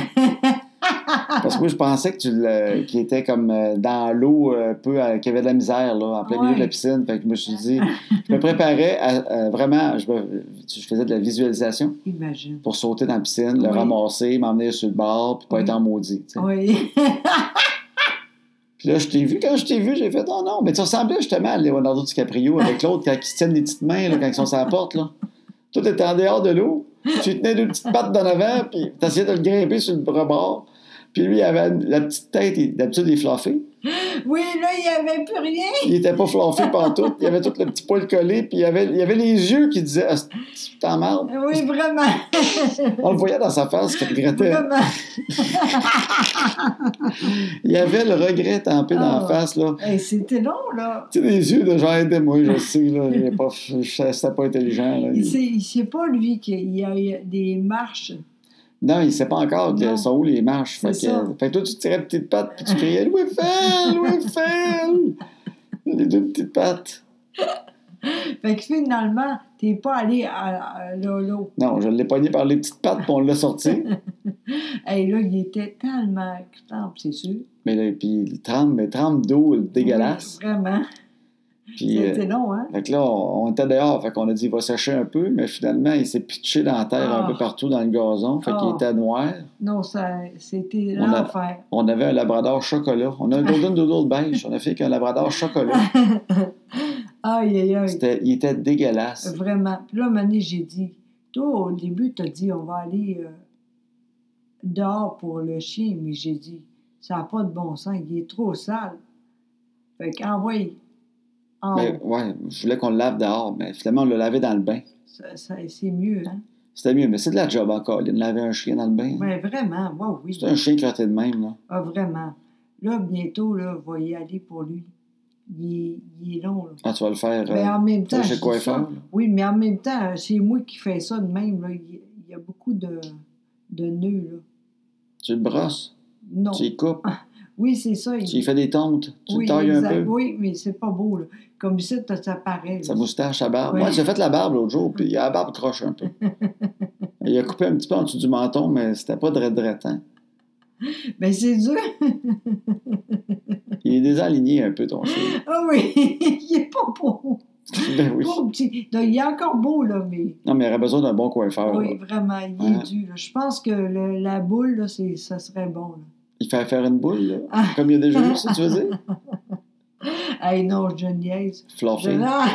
Parce que moi, je pensais que tu l'as- qu'il était comme euh, dans l'eau, euh, un peu, euh, qu'il y avait de la misère, là, en plein milieu de la
Ouais.
piscine. Fait que je me suis dit Je me préparais à, à vraiment, je, me- je faisais de la visualisation
imagine.
pour sauter dans la piscine, le
Oui.
ramasser, m'emmener sur le bord, puis pas
Oui.
être en maudit. tu sais.
Oui.
Puis là, je t'ai vu. Quand je t'ai vu, j'ai fait Oh non, mais tu ressemblais justement à Leonardo DiCaprio avec l'autre quand ils se tiennent les petites mains, là, quand ils sont sur la porte. Là. Toi, t'étais en dehors de l'eau. Tu tenais deux petites pattes en avant, puis t'essayais de le grimper sur le rebord. Puis lui, il avait la petite tête, il- d'habitude, il est fluffé.
Oui, là, il n'y avait plus rien.
Il était pas fluffé pantoute. Il avait tout le petit poil collé, puis il avait, il avait les yeux qui disaient Ah, c'est- t'en marre.
Oui, vraiment.
On le voyait dans sa face qu'il regrettait.
Vraiment.
Il y avait le regret tempé dans la
Ah.
face, là.
Hey, C'était long, là.
Tu sais, des yeux de genre, aidez-moi, je sais, là, j'ai pas, je- c'était pas intelligent, là.
Il sait, il sait pas, lui, qu'il y a eu des marches.
Non, il sait pas encore que
Non.
sont où les marches. Fait
C'est
que,
ça.
fait que toi, tu tirais petites pattes, puis tu criais, Louis Fell, Louis Fell! Les deux petites pattes.
Fait que finalement, t'es pas allé à, à Lolo.
Non, je l'ai pogné par les petites pattes, puis on l'a sorti.
Et là, il était tellement excitant, c'est sûr.
Mais là, puis il tremble, mais tremble d'eau, dégueulasse.
Oui, vraiment.
Puis, euh,
C'était long, hein?
Fait que là, on, on était dehors, fait qu'on a dit il va sécher un peu, mais finalement, il s'est pitché dans la terre un
Ah.
peu partout dans le gazon, fait qu'il
Ah.
était noir.
Non, ça, c'était
On a-
l'enfer.
On avait un labrador chocolat. On a un golden doodle beige. On a fait qu'un labrador chocolat.
Ah Aïe, aïe, aïe.
C'était, il était dégueulasse.
Vraiment. Puis là, Mané, j'ai dit, toi, au début, t'as dit, on va aller euh, dehors pour le chien, mais j'ai dit, ça n'a pas de bon sens, il est trop sale. Fait ah qu'envoyé. En...
Mais ouais, je voulais qu'on le lave dehors, mais finalement, on l'a lavé dans le bain.
Ça, ça- c'est mieux, hein?
C'était mieux, mais c'est de la job encore, de laver un chien dans le bain.
Mais Ben, vraiment, ouais, oui.
C'est un chien crotté de même, là.
Ah, vraiment. Là, bientôt, là, va y aller pour lui. Il est, il est long, là.
Ah, tu vas le faire.
Mais
euh,
en même temps,
chez
je
le
dis
coiffeur,
ça.
là.
Oui, mais en même temps, euh, c'est moi qui fais ça de même. là. Il y- il y a beaucoup de, de nœuds. Là.
tu le brosses,
Non.
tu le coupes.
Oui, c'est ça. il-
Tu lui fais des tontes, tu
oui,
le tailles un
exact.
peu.
Oui, mais c'est pas beau, là. Comme ici, t'as- ça paraît.
Sa
là.
moustache, sa barbe.
Ouais.
Moi, j'ai fait la barbe l'autre jour, puis la barbe croche un peu. il a coupé un petit peu en dessous du menton, mais c'était pas drette drette. hein.
Ben, c'est dur.
Il est désaligné un peu, ton chien.
Ah oui, il est pas beau.
ben oui.
Pauvre petit. Non, il est encore beau, là, mais.
Non, mais il aurait besoin d'un bon coiffeur.
oui,
là.
vraiment, il est
Ah, Ouais.
dur. là. Je pense que le- la boule, là, c'est- ça serait bon. Là.
Il fait faire une boule, là.
Ah.
Comme il y a déjà eu, ça, tu veux dire?
Hey, non, je niaise. Je-
Fluffer.
Ah,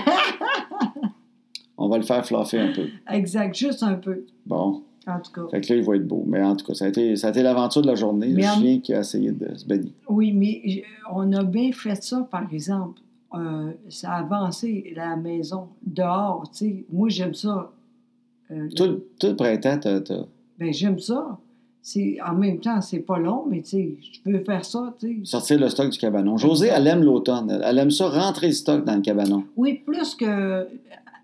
On va le faire fluffer un peu.
exact, juste un peu,
Bon.
en tout cas.
Fait que là, il va être beau. Mais en tout cas, ça a été, ça a été l'aventure de la journée. Le
Mais en-
chien qui a essayé de se baigner.
Oui, mais j- on a bien fait ça, par exemple. Euh, ça a avancé la maison dehors, tu sais. Moi, j'aime ça. Euh,
Tout, le- tout le printemps, t'as- t'as-
Ben, j'aime ça. C'est, en même temps, c'est pas long, mais tu sais, je peux faire ça, tu sais.
sortir le stock du cabanon. Josée, elle aime l'automne. Elle- Elle aime ça, rentrer le stock dans le cabanon.
Oui, plus que.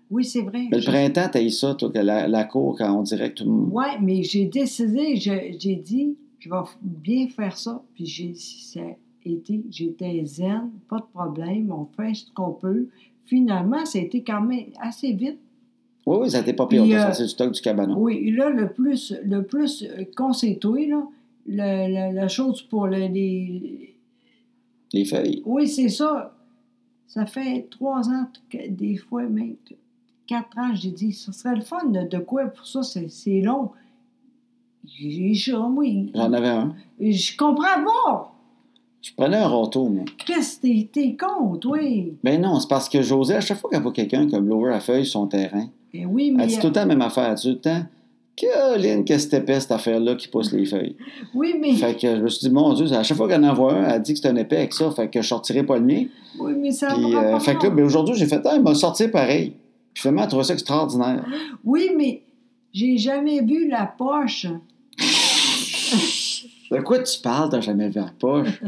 Oui, c'est vrai.
Mais le
Je-
printemps, t'as eu ça, toi, que la, la cour, quand on dirait que tout le monde...
Oui, mais j'ai décidé, je- j'ai dit, je vais f- bien faire ça. Puis j'ai ça a été, j'étais zen, pas de problème, on fait ce qu'on peut. Finalement, ça a été quand même assez vite.
Oui, oui, ça n'était pas pire.
Puis,
t'as
euh,
sorti le stock du cabanon.
Oui, et là, le plus, le plus euh, qu'on s'est doué, là, le- la, la chose pour le- les.
Les feuilles.
Oui, c'est ça. Ça fait trois ans, que- des fois même que- quatre ans, j'ai dit, ce serait le fun de, de quoi pour ça, c'est c'est long. J'ai chaud, moi. il-
J'en avais un.
Je comprends pas.
Je prenais un râteau, moi.
Chris, t'es, t'es con, toi.
Ben non, c'est parce que Josée, à chaque fois qu'elle voit quelqu'un comme Blower à feuille son terrain,
Ben oui,
elle
mais.
dit Ah, tout le temps la même affaire. Elle dit tout le temps, Caroline, qu'est-ce que c'est épais, cette affaire-là qui pousse les feuilles.
Oui, mais.
Fait que je me suis dit, mon Dieu, à chaque fois qu'elle en voit un, elle dit que c'est un épais avec ça, fait que je sortirai pas le mien.
Oui, mais ça
Puis,
prend
euh,
pas
fait que là, ben, aujourd'hui, j'ai fait, ah, il m'a sorti pareil. Puis finalement, elle trouvait ça extraordinaire.
Oui, mais j'ai jamais vu la poche.
De quoi tu parles, t'as jamais vu la poche?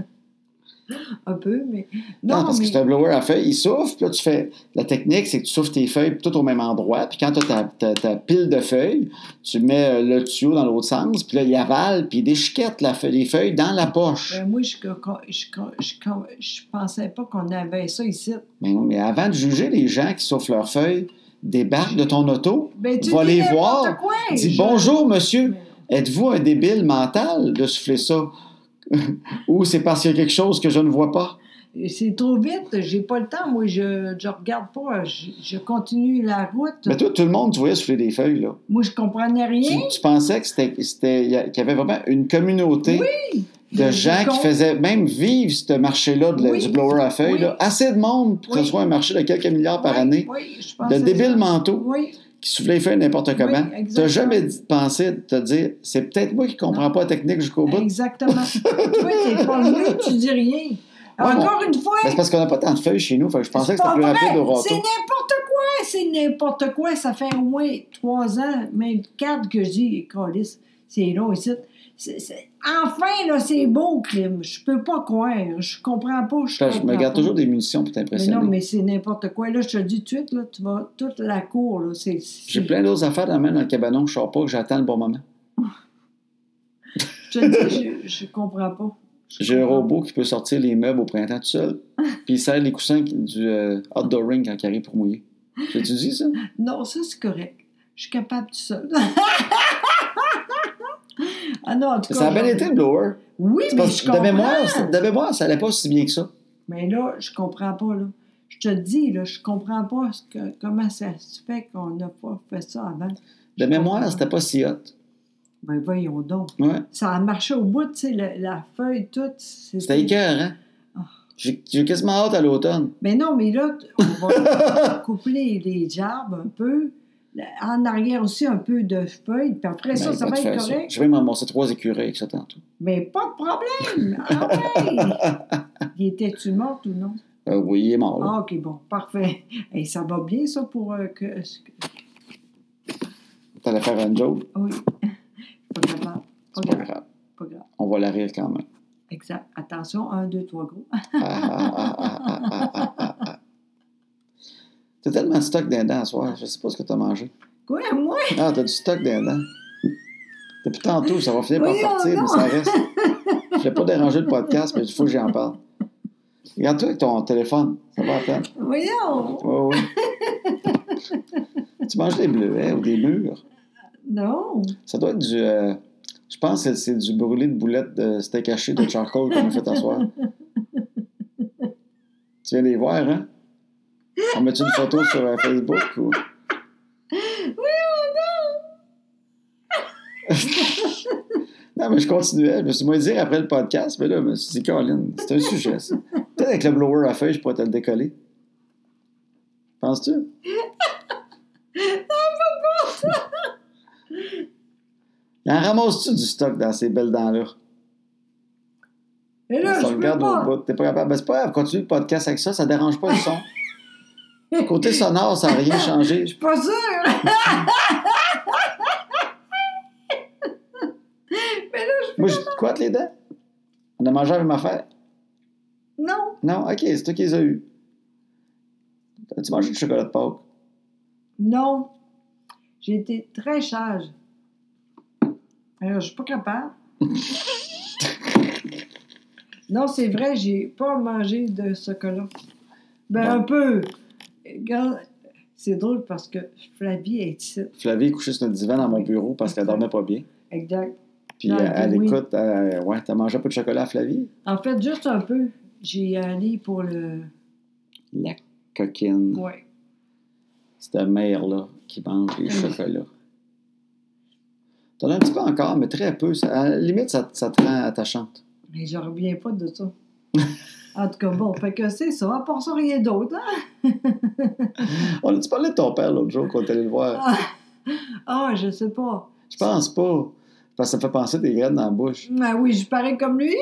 Un peu, mais.
Non, parce
mais.
que c'est un blower à feuilles, il souffle, puis là, tu fais. La technique, c'est que tu souffles tes feuilles toutes au même endroit, puis quand tu as ta, ta- ta pile de feuilles, tu mets euh, le tuyau dans l'autre sens, puis là, il avale, puis il déchiquette la feuille- les feuilles dans la poche.
Ben, moi, je, je, je, je, je pensais pas qu'on avait ça ici.
Mais, non, mais avant de juger les gens qui soufflent leurs feuilles, débarque de ton auto,
Ben, tu
Va
dis
les
n'importe
voir,
Quoi,
dis
je-
bonjour, monsieur.
Mais-
Êtes-vous un débile mental de souffler ça? Ou c'est parce qu'il y a quelque chose que je ne vois pas?
C'est trop vite, j'ai pas le temps. Moi, je, je regarde pas. Je, je continue la route.
Mais toi, tout le monde, tu voyais souffler des feuilles, là.
Moi, je comprenais
Tu,
rien.
tu pensais que c'était c'était- il y a- qu'il y avait vraiment une communauté de
de
gens qui
cons.
faisaient même vivre ce marché-là de la-
Oui.
du blower à feuilles.
Oui.
là. Assez de monde pour que
Oui.
ce soit un marché de quelques milliards par
Oui,
année.
Oui, je
De
pensais
débiles
ça.
mentaux
Oui,
qui soufflaient les feuilles n'importe comment. Tu
exactement.
T'as jamais dit- pensé de te dire, c'est peut-être moi qui comprends pas la technique jusqu'au bout.
Exactement. Toi, t'es pas venu, tu dis rien. Encore une fois,
Ah, Mais c'est parce qu'on n'a pas tant de feuilles chez nous. Fait que je pensais
c'est
que c'était
pas
plus
vrai.
rapide au
C'est
râteau.
n'importe quoi. C'est n'importe quoi. Ça fait au moins trois ans, même quatre, que je dis, Calice, c'est long ici. C'est- c'est- Enfin, là, c'est beau, crime. Je peux pas croire. Je comprends pas. Je,
Ben, Je me
comprends
garde
pas.
toujours des munitions pour
Mais
t'impressionner.
non, mais c'est n'importe quoi. Là, je te dis tout de suite, là, tu vas toute la cour, là. C'est,
J'ai plein d'autres affaires dans la main dans le cabanon. Je ne sors pas, que j'attends le bon moment.
Je te dis, je, je comprends pas. Je
J'ai un
comprends
robot qui peut sortir les meubles au printemps tout seul. Puis il serre les coussins qui- du euh, outdoor ring quand il arrive pour mouiller. Tu tu dit ça?
pas. Non, ça, c'est correct. Je suis capable tout seul. ah non, en tout cas.
Ça a bien
je-
été le blower.
Oui,
C'est
mais
parce
je
que de
comprends.
mémoire, ça- de mémoire, ça allait pas si bien que ça.
Mais là, je comprends pas, là. Je te dis, là, je comprends pas ce que- comment ça se fait qu'on n'a pas fait ça avant.
De mémoire,
comprends.
c'était pas si hot.
Ben, voyons donc.
Ouais.
Ça a marché au bout, tu sais, la, la feuille, toute.
C'était écœurant.
Ah.
J'ai j'ai quasiment hâte à l'automne.
Mais non, mais là, t- on va coupler les jarbes un peu. la- En arrière aussi, un peu de feuilles. Puis après ça,
Ben,
ça
pas
va
de
être
faire ça.
correct.
Je vais me ramasser trois écureuils avec ça tantôt.
Mais pas de problème! Ah ouais! Il était-tu mort ou non?
Euh, oui, il est mort. là.
Ah, OK, bon, parfait. Et ça va bien, ça, pour euh, que... Ah.
T'allais faire un joke.
Oui. Pas grave. hein? Pas
C'est pas
grave.
grave.
Pas grave.
On va la rire quand même.
Exact. Attention, un, deux, trois, gros.
Ah, ah, ah, ah, ah, ah, ah, ah, ah. T'as tellement de stock d'un dents à soir. Je sais pas ce que t'as mangé.
Quoi, moi?
Ah, t'as du stock dedans. Depuis tantôt, ça va finir par
Voyons
partir, mais
donc.
ça reste. Je n'ai pas dérangé le podcast, mais il faut que j'en parle. Regarde-toi avec ton téléphone, ça va à peine.
Voyons!
Oui, oui. tu manges des bleuets ou des mûres.
Non!
Ça doit être du. euh, je pense que c'est du brûlé de boulettes de steak haché de charcoal qu'on a fait asseoir. Tu viens les voir, hein? On met une photo sur euh, Facebook ou. Non, mais je continuais. Je me suis moins dire après le podcast, mais là, je me suis dit, Caroline, c'est un sujet, ça. Peut-être avec le blower à feuille, je pourrais te le décoller. Penses-tu? Il en ramasses-tu du stock dans ces belles dents-là?
Et là,
Ça
je peux
regarde au
pas.
bout. T'es pas capable. Ben, c'est pas grave. Continue le podcast avec ça. Ça dérange pas le son. Côté sonore, ça n'a rien changé.
Je suis pas sûre! Mais là, je...
Moi, je te quoi, les dents? On a mangé la même affaire.
Non!
Non? OK, c'est toi qui les as eues. As-tu mangé du chocolat de Pâques?
Non! J'ai été très sage. Alors, je suis pas capable. non, c'est vrai, j'ai pas mangé de chocolat. Ben,
Bon.
un peu. Regarde, c'est drôle parce que Flavie est ici.
Flavie est couchée sur notre divan dans mon bureau parce qu'elle dormait pas bien.
Exact.
Puis
Ah,
elle, elle
oui.
écoute. euh, ouais, t'as mangé un peu de chocolat, Flavie?
En fait, juste un peu. J'ai allé pour le.
La coquine.
Ouais.
C'est ta mère, là, qui mange les
Oui.
chocolats. T'en as un petit peu encore, mais très peu. Ça- à la limite, ça, ça te rend attachante.
Mais je reviens pas de ça. en tout cas, bon, fait que c'est ça. À part ça, rien d'autre. hein?
On a-tu parlé de ton père l'autre jour quand t'es allé le voir?
Ah, je sais pas.
Je pense pas. Parce que ça me fait penser à des graines dans la bouche.
Ah oui, je parais comme lui.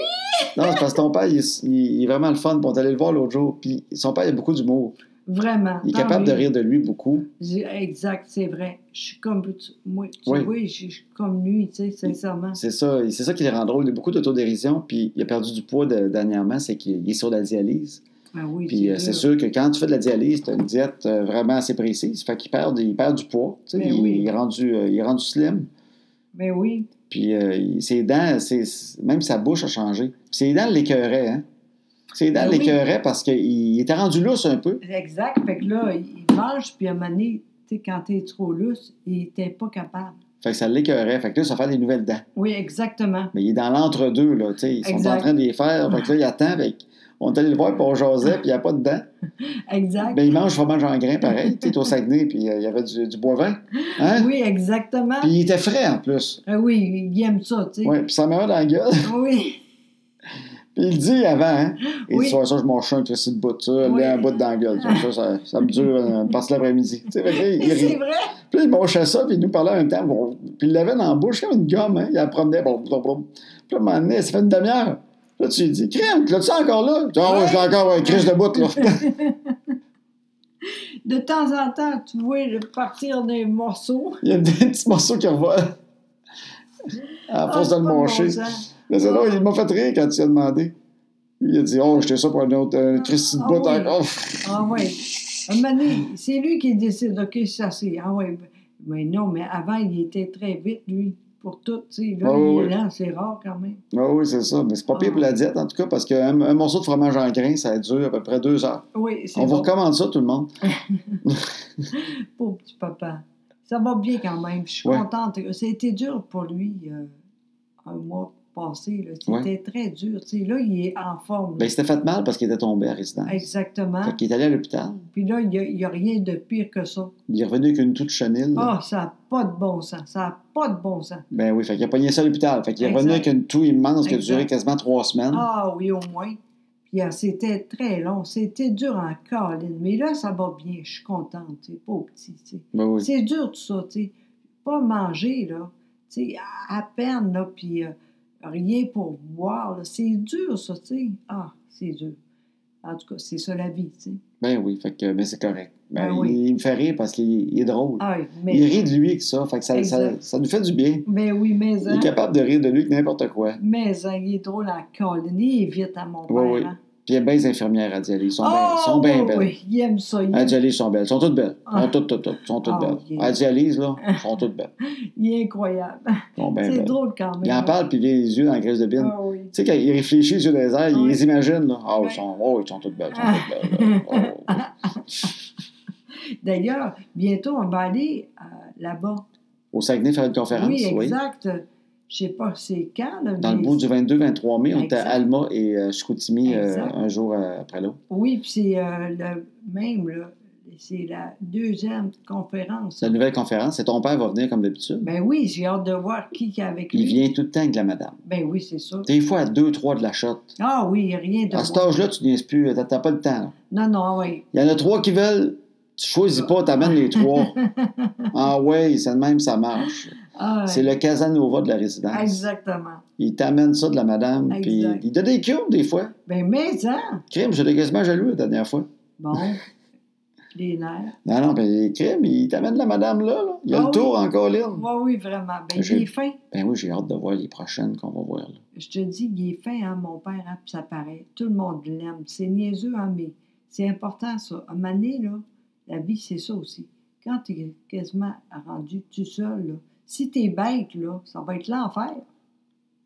Non, c'est parce que ton père, il, est- il est vraiment le fun. Puis On est allé le voir l'autre jour. Puis son père, il a beaucoup d'humour.
Vraiment.
Il est
Ah
capable
oui.
de rire de lui beaucoup.
J'ai- Exact, c'est vrai. Je suis comme tu- moi. Tu
Oui.
vois, je je suis comme lui, tu sais, sincèrement.
C'est ça, c'est ça qui le rend drôle. Il y a beaucoup d'autodérision. Puis il a perdu du poids de- dernièrement. C'est qu'il est sur la dialyse.
Ah oui,
Puis euh,
dur.
c'est sûr que quand tu fais de la dialyse, tu as une diète euh, vraiment assez précise. Fait qu'il perd, il perd du poids. tu sais.
Mais
Il,
Ben oui.
il est rendu, euh, il est rendu slim.
Mais Ben oui.
Puis euh, il- ses dents, ses- même sa bouche a changé. Puis ses dents l'écœuraient, hein? Ses dents
Ben oui.
l'écœuraient parce qu'il était rendu lousse un peu.
Exact. Fait que là, il mange, puis à un moment donné, tu sais, quand t'es trop lousse, il était pas capable.
Fait que ça l'écœurait. Fait que là, ça fait des nouvelles dents.
Oui, exactement.
Mais il est dans l'entre-deux, là. tu sais. Ils sont
Exact.
en train de les faire. Fait que là, il attend. Fait on est allé le voir pour jaser, puis il n'y a pas de dents.
Exact.
Ben, il mange fromage en grain, pareil. Tu sais, au Saguenay, puis euh, il y avait du, du bois vin. Hein?
Oui, exactement.
Puis il était frais, en plus.
Ah oui, il aime ça, tu sais.
Oui, puis ça met dans la gueule.
Ah Oui.
Puis il dit avant, hein? Il
Oui.
dit, soit ça, je mange un crissy de bout de ça,
Oui.
là, un bout dans la gueule. Comme ça, ça, ça me dure euh, une partie de l'après-midi. Tu sais, fait que là, il rit.
C'est vrai.
Puis il mâchait ça, puis il nous parlait en même temps. Bon, Puis il l'avait dans la bouche comme une gomme, hein. Il la promenait. Bon, bon, bon. Puis là, à un moment donné, ça fait une demi-heure. Là, tu lui dis, crème, l'as-tu encore là? Tu dis, ah ouais, je l'ai encore, ouais, crisse de bout, là.
De temps en temps, tu vois le partir des morceaux.
il y a des petits morceaux qui revolent. À force
Ah,
de le
pas
mâcher.
bon sens. Ah.
Mais c'est drôle, il m'a fait rire quand tu as demandé. Il a dit, oh, j'étais ça pour un autre, un crissy de
Ah,
bout
oui.
encore.
Ah oui. Un moment donné, c'est lui qui décide, OK, ça c'est. Ah oui. Mais non, mais avant, il était très vite, lui, pour tout. tu sais. Là,
Ah oui,
il
oui.
est lent, c'est rare quand même.
Ah oui, c'est ça. Mais c'est pas pire
Ah.
pour la diète, en tout cas, parce qu'un un morceau de fromage en grain, ça dure à peu près deux heures.
Oui, c'est
On vous
bon.
recommande ça, tout le monde.
Pauvre petit papa. Ça va bien quand même. Je suis
Ouais.
contente. Ça a été dur pour lui euh, un mois passé. là. C'était
Ouais.
très dur. tu sais. là, il est en forme.
Ben, il s'était fait mal parce qu'il était tombé à résidence.
Exactement.
Fait qu'il est allé à l'hôpital.
Puis là, il n'y a, rien de pire que ça.
Il est revenu avec une toute chenille. là.
Ah, ça n'a pas de bon sens. Ça n'a pas de bon sens.
Ben oui, fait qu'il a pogné ça à l'hôpital. Fait qu'il est
Exact.
revenu avec une toux immense qui a
Exact.
duré quasiment trois semaines.
Ah oui, au moins. Puis ah, c'était très long. C'était dur en colline. Mais là, ça va bien. Je suis contente. tu sais, Pas au petit. tu sais.
Ben oui.
C'est dur tout ça. tu sais. Pas manger, là. tu sais, à à peine, là. Puis euh, rien pour boire. là. C'est dur, ça. tu sais. Ah, c'est dur. En tout cas, c'est ça la vie. tu sais.
Ben oui, fait que ben, c'est correct. Ben,
Ben
il,
oui.
il me fait rire parce qu'il il est drôle.
Ah,
Il
mais.
rit de lui que ça. Fait que ça, ça,
Exact.
ça nous fait du bien.
Ben oui, mais.
Il
hein.
est capable de rire de lui que n'importe quoi.
Mais hein, il est drôle en colline. Il est vite à mon
Oui,
père.
oui.
hein.
Puis il y a bien les infirmières à Dialy. Ils sont bien
oh,
sont bien belles. Hein,
oui, ils aiment ça. Ils,
À Dialy, ils sont belles. Ils sont toutes belles. Ils
Ah.
sont toutes, toutes, toutes. Ils sont toutes
Ah,
belles.
ok.
À Dialyse, là, ils sont toutes belles.
il est incroyable.
Ils sont bien
C'est
belles.
drôle quand même. hein.
Ils Ben, en parlent, puis ils viennent les yeux dans la crise de bine.
Ah oui.
Tu sais, quand ils réfléchissent sur les airs, ils
Oui.
les imaginent, là. Ah,
Oui.
ils sont, oh, ils sont toutes belles, ils sont toutes belles.
Ah.
là. Oh,
D'ailleurs, bientôt, on va aller euh, là-bas.
Au Saguenay, faire une conférence,
Oui,
oui.
exact. Je sais pas c'est quand. Là,
Dans le
mais-
bout du 22-23 mai, on était à
Exact.
Alma et euh, Chicoutimi euh,
Exact.
un jour euh, après l'autre.
Oui, puis c'est euh, le même, là. C'est la deuxième conférence.
C'est la nouvelle conférence. Et ton père va venir comme d'habitude.
Ben oui, j'ai hâte de voir qui est avec lui.
Il vient tout le temps avec la madame.
Ben oui, c'est sûr.
Des fois, à 2-3 de la shot.
Ah oui, rien de
À cet
moins.
âge-là, tu n'y plus. euh, T'as t'as pas le temps. là.
Non, non, oui.
Il y en a trois qui veulent. Tu choisis pas, t'amènes les trois. Ah ouais, c'est le même, ça marche.
Ah,
C'est le Casanova de la résidence.
Exactement.
Il t'amène ça de la madame, puis
Exact.
il donne des cures des fois.
Ben mais, hein?
Crime, j'étais quasiment jaloux la dernière fois.
Bon. Les nerfs.
Non, non, ben, crime, il t'amène la madame là, là. Il a
Ah
le
oui.
tour encore là.
Oui, oui, vraiment. Ben,
J'ai-
il est fin.
Ben oui, j'ai hâte de voir les prochaines qu'on va voir. là.
Je te dis, il est fin, hein, mon père, hein, puis ça paraît. Tout le monde l'aime. C'est niaiseux, hein, mais c'est important, ça. À un moment donné, là, la vie, c'est ça aussi. Quand tu es quasiment rendu tout seul, là, si tu es bête, là, ça va être l'enfer.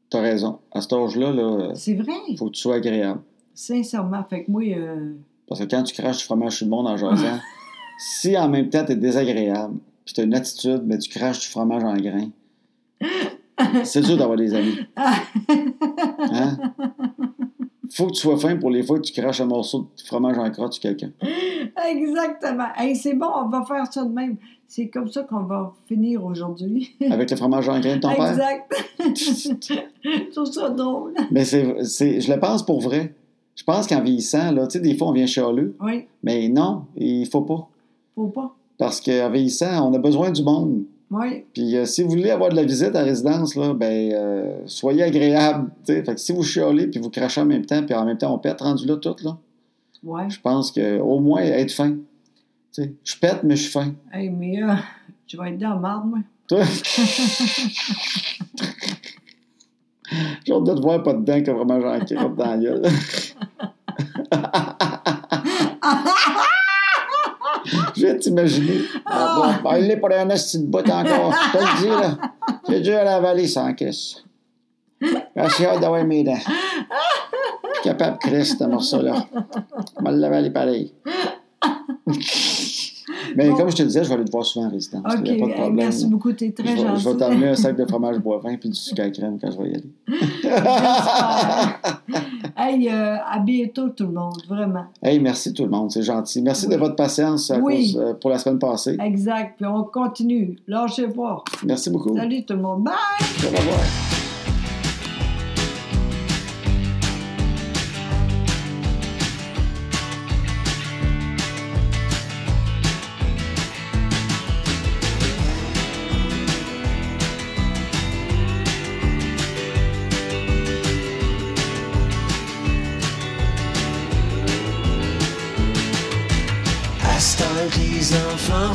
T'as raison. À cet âge-là, là,
C'est vrai,
faut que tu sois agréable.
sincèrement. Fait que moi, euh,
Parce que quand tu craches du fromage sur le monde en jasant, si en même temps t'es désagréable, puis t'as une attitude, mais tu craches du fromage en grain, c'est dur d'avoir des amis. Hein? Faut que tu sois fin pour les fois que tu craches un morceau de fromage en crotte sur quelqu'un.
exactement. Hey, c'est bon, on va faire ça de même. C'est comme ça qu'on va finir aujourd'hui.
Avec le fromage en grain de ton père.
exact. Je trouve ça drôle.
Mais c'est, c'est- je le pense pour vrai. Je pense qu'en vieillissant, là, tu sais, des fois, on vient chialeux,
Oui,
mais non, il faut pas.
faut pas.
Parce qu'en vieillissant, on a besoin du monde.
Oui,
Puis euh, si vous voulez avoir de la visite à résidence, là, ben, euh, soyez agréable. tu sais. Fait que si vous chiolez puis vous crachez en même temps, puis en même temps on pète rendu là tout, là,
oui.
je pense que au moins être fin. Tu sais, je pète, mais je suis fin.
Hey, mais euh, tu vas être dans la marde, moi.
Toi? J'ai hâte de te voir pas dedans comme vraiment j'en comme dans la gueule. Je viens de t'imaginer. Ah, bon, ben, il est pour un asti de bout encore. Je te le dis, là. C'est dur à avaler sans caisse. Ah, J'ai hâte d'avoir mes dents. Je suis capable, Chris, ce morceau-là. Je vais l'avaler pareil. Mais
Bon.
comme je te disais, je vais aller te voir souvent en résidence.
OK,
Il n'y a pas de
hey,
problème.
merci beaucoup, t'es
Je vais-
très
je vais,
gentil.
t'emmener un sac de fromage boivin puis du sucre à la crème quand je vais y aller.
J'espère. Ah. hey, euh, à bientôt tout le monde, vraiment.
Hey, merci tout le monde, c'est gentil. Merci de votre patience à
Oui.
cause, euh, pour la semaine passée.
Exact, puis on continue. Lâchez voir.
Merci beaucoup.
Salut tout le monde. Bye!
Au revoir.
À ce temps que les enfants